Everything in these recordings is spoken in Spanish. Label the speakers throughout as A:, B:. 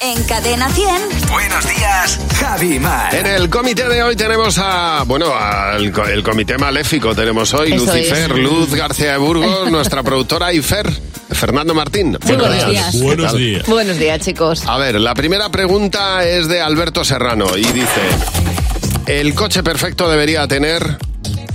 A: En Cadena 100.
B: Buenos días, Javi Mar.
C: En el comité de hoy tenemos a, bueno, al co- el comité maléfico tenemos hoy,
D: Eso
C: Lucifer,
D: es.
C: Luz García de Burgos, nuestra productora y Fer, Fernando Martín.
D: buenos días.
C: ¿Qué
E: Buenos
C: tal?
E: días.
D: Buenos días, chicos.
C: A ver, la primera pregunta es de Alberto Serrano y dice, el coche perfecto debería tener,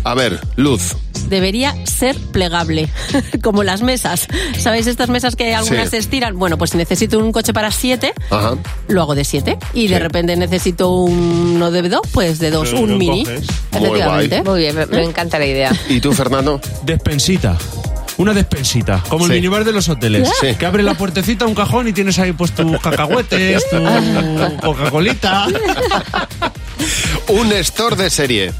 C: a ver, Luz,
F: debería ser plegable, como las mesas. ¿Sabéis estas mesas que algunas
C: Sí.
F: se estiran? Bueno, pues si necesito un coche para siete,
C: Ajá.
F: lo hago de siete. Y de
C: Sí.
F: repente necesito uno de dos, pues de dos,
E: Pero
F: un
E: lo
F: mini.
E: coges.
C: Muy
F: Efectivamente.
D: Muy bien, me, me encanta la idea.
C: ¿y tú, Fernando?
E: Despensita. Una despensita, como
C: Sí.
E: el minibar de los hoteles.
C: Sí.
E: Que abre la puertecita a un cajón y tienes ahí pues tus cacahuetes, tu Coca-Colita.
C: Un store de serie.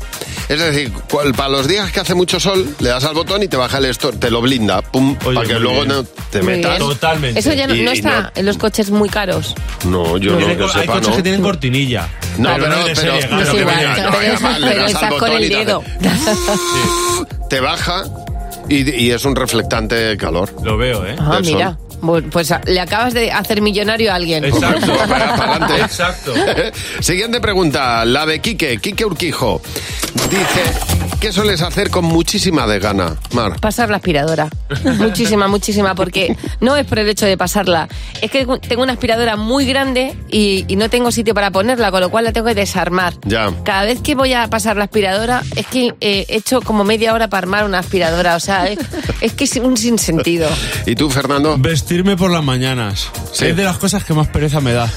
C: Es decir, cual- para los días que hace mucho sol, le das al botón y te baja el store, te lo blinda, pum,
E: Oye,
C: para que
E: muy
C: luego
E: bien.
C: no te
D: Muy
C: metas.
D: bien.
E: Totalmente.
D: Eso ya no,
C: Y-
D: no
C: y
D: está
C: no-
D: en los coches muy caros.
C: No, yo no,
E: Tiene
C: que
E: co- hay
C: sepa,
E: coches
C: no.
E: que tienen cortinilla.
C: No, pero,
E: no hay de
C: pero,
E: serie,
C: pero
E: claro.
C: que
D: Sí,
C: venga,
D: vale,
C: Ah, no,
E: ¿eh?
D: pero
C: además
D: esa-
C: le
D: pero
C: das
D: esa
C: al
D: con
C: botón
D: el
C: y te
D: dedo.
C: hace- Te baja y, y es un reflectante de calor.
E: Lo veo, ¿eh?
D: Ah,
C: Del sol.
D: mira. Bu- Pues ah, le acabas de hacer millonario a alguien.
E: Exacto.
C: Para- para adelante.
E: Exacto.
C: Siguiente pregunta, la de Quique, Quique Urquijo. Dice, ¿qué sueles hacer con muchísima de gana, Mar?
D: Pasar la aspiradora. Muchísima, muchísima, porque no es por el hecho de pasarla. Es que tengo una aspiradora muy grande y, y no tengo sitio para ponerla, con lo cual la tengo que desarmar.
C: Ya.
D: Cada vez que voy a pasar la aspiradora, es que eh, he hecho como media hora para armar una aspiradora. O sea, es, es que es un sinsentido.
C: ¿Y tú, Fernando?
E: Vestirme por las mañanas.
C: Sí.
E: Es de las cosas que más pereza me da.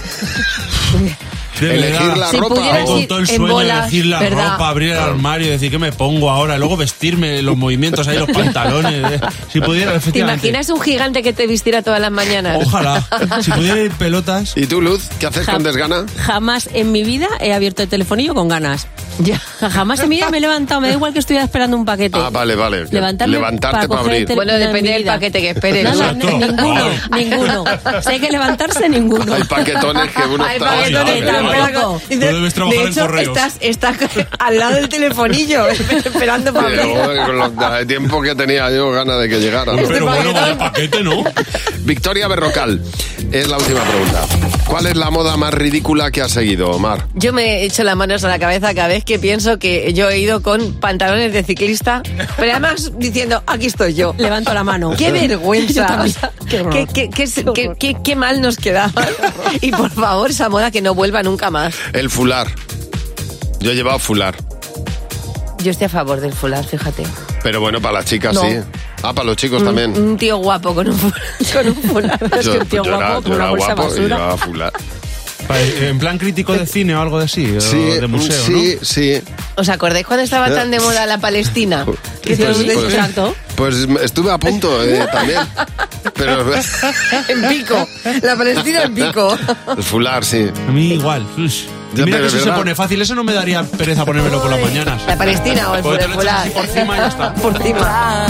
E: De
C: Elegir
E: verdad.
C: la
D: Si
C: ropa.
D: pudiera
C: o-
D: decir-
E: Con todo el
D: en
E: sueño de
D: bolas,
E: elegir la
D: ¿verdad?
E: ropa, abrir el armario, decir qué me pongo ahora, luego vestirme, los movimientos ahí, los pantalones. eh. Si pudiera,
D: ¿Te
E: efectivamente.
D: imaginas un gigante que te vistiera todas las mañanas?
E: Ojalá. Si pudiera ir pelotas.
C: ¿Y tú, Luz? ¿Qué haces con desgana?
F: Jamás en mi vida he abierto el telefonillo con ganas.
D: Ya.
F: Jamás en mi vida me he levantado, me da igual que estuviera esperando un paquete.
C: Ah, vale, vale.
F: Levantarme
C: Levantarte
F: para
C: para
F: coger el
C: abrir.
D: Bueno,
F: teléfono en
D: depende
F: mi
D: del
F: vida.
D: paquete que esperes,
F: No, no,
E: Exacto.
F: ninguno,
E: Ay.
F: ninguno. Si hay que levantarse, ninguno.
C: Hay paquetones que uno
D: Hay
C: está...
D: paquetones
E: Ay, ay,
F: que
E: ay.
F: tampoco.
E: Tú debes trabajar en correos.
D: estás al lado del telefonillo, esperando
C: Pero, joder, con los- el tiempo que tenía yo ganas de que llegara. ¿no?
D: Este
E: Pero bueno, vaya paquete, ¿no?
C: Victoria Berrocal, es la última pregunta. ¿Cuál es la moda más ridícula que has seguido, Omar?
D: Yo me echo las manos a la cabeza cada vez que pienso que yo he ido con pantalones de ciclista, pero además diciendo, aquí estoy yo.
F: Levanto la mano.
D: ¡Qué
F: Yo
D: vergüenza!
F: también.
D: O sea,
F: Qué horror.
D: qué, qué- qué- qué- qué- qué mal nos quedaba. Y por favor, esa moda que no vuelva nunca más.
C: El fular. Yo he llevado fular.
D: Yo estoy a favor del fular, fíjate.
C: Pero bueno, para las chicas
D: No.
C: sí. Ah, para los chicos también.
D: Un, un tío guapo con un fular. Con un fular.
F: Mm. es que un tío
C: era-
F: guapo con
C: yo
F: una
C: era
F: bolsa de
C: guapo y
F: basura.
C: llevaba fular.
E: Vale, eh, En plan crítico de cine o algo de así, o
C: Sí,
E: de museo,
C: sí, sí.
D: ¿Os acordáis cuando estaba tan de moda la Palestina? Que todo el mundo
F: pues-
D: decía,
F: Exacto.
C: pues estuve a punto eh, también. Pero
D: en pico. La Palestina en pico.
C: el fular, sí.
E: ¿no? A mí igual. Ush. Y
C: Ya,
E: Mira
C: pero
E: que eso se
C: ¿verdad?
E: pone fácil, eso no me daría pereza ponérmelo por las mañanas.
D: La Palestina o el
E: Porque te lo echas
D: fular.
E: así por encima y ya está.
D: Por encima.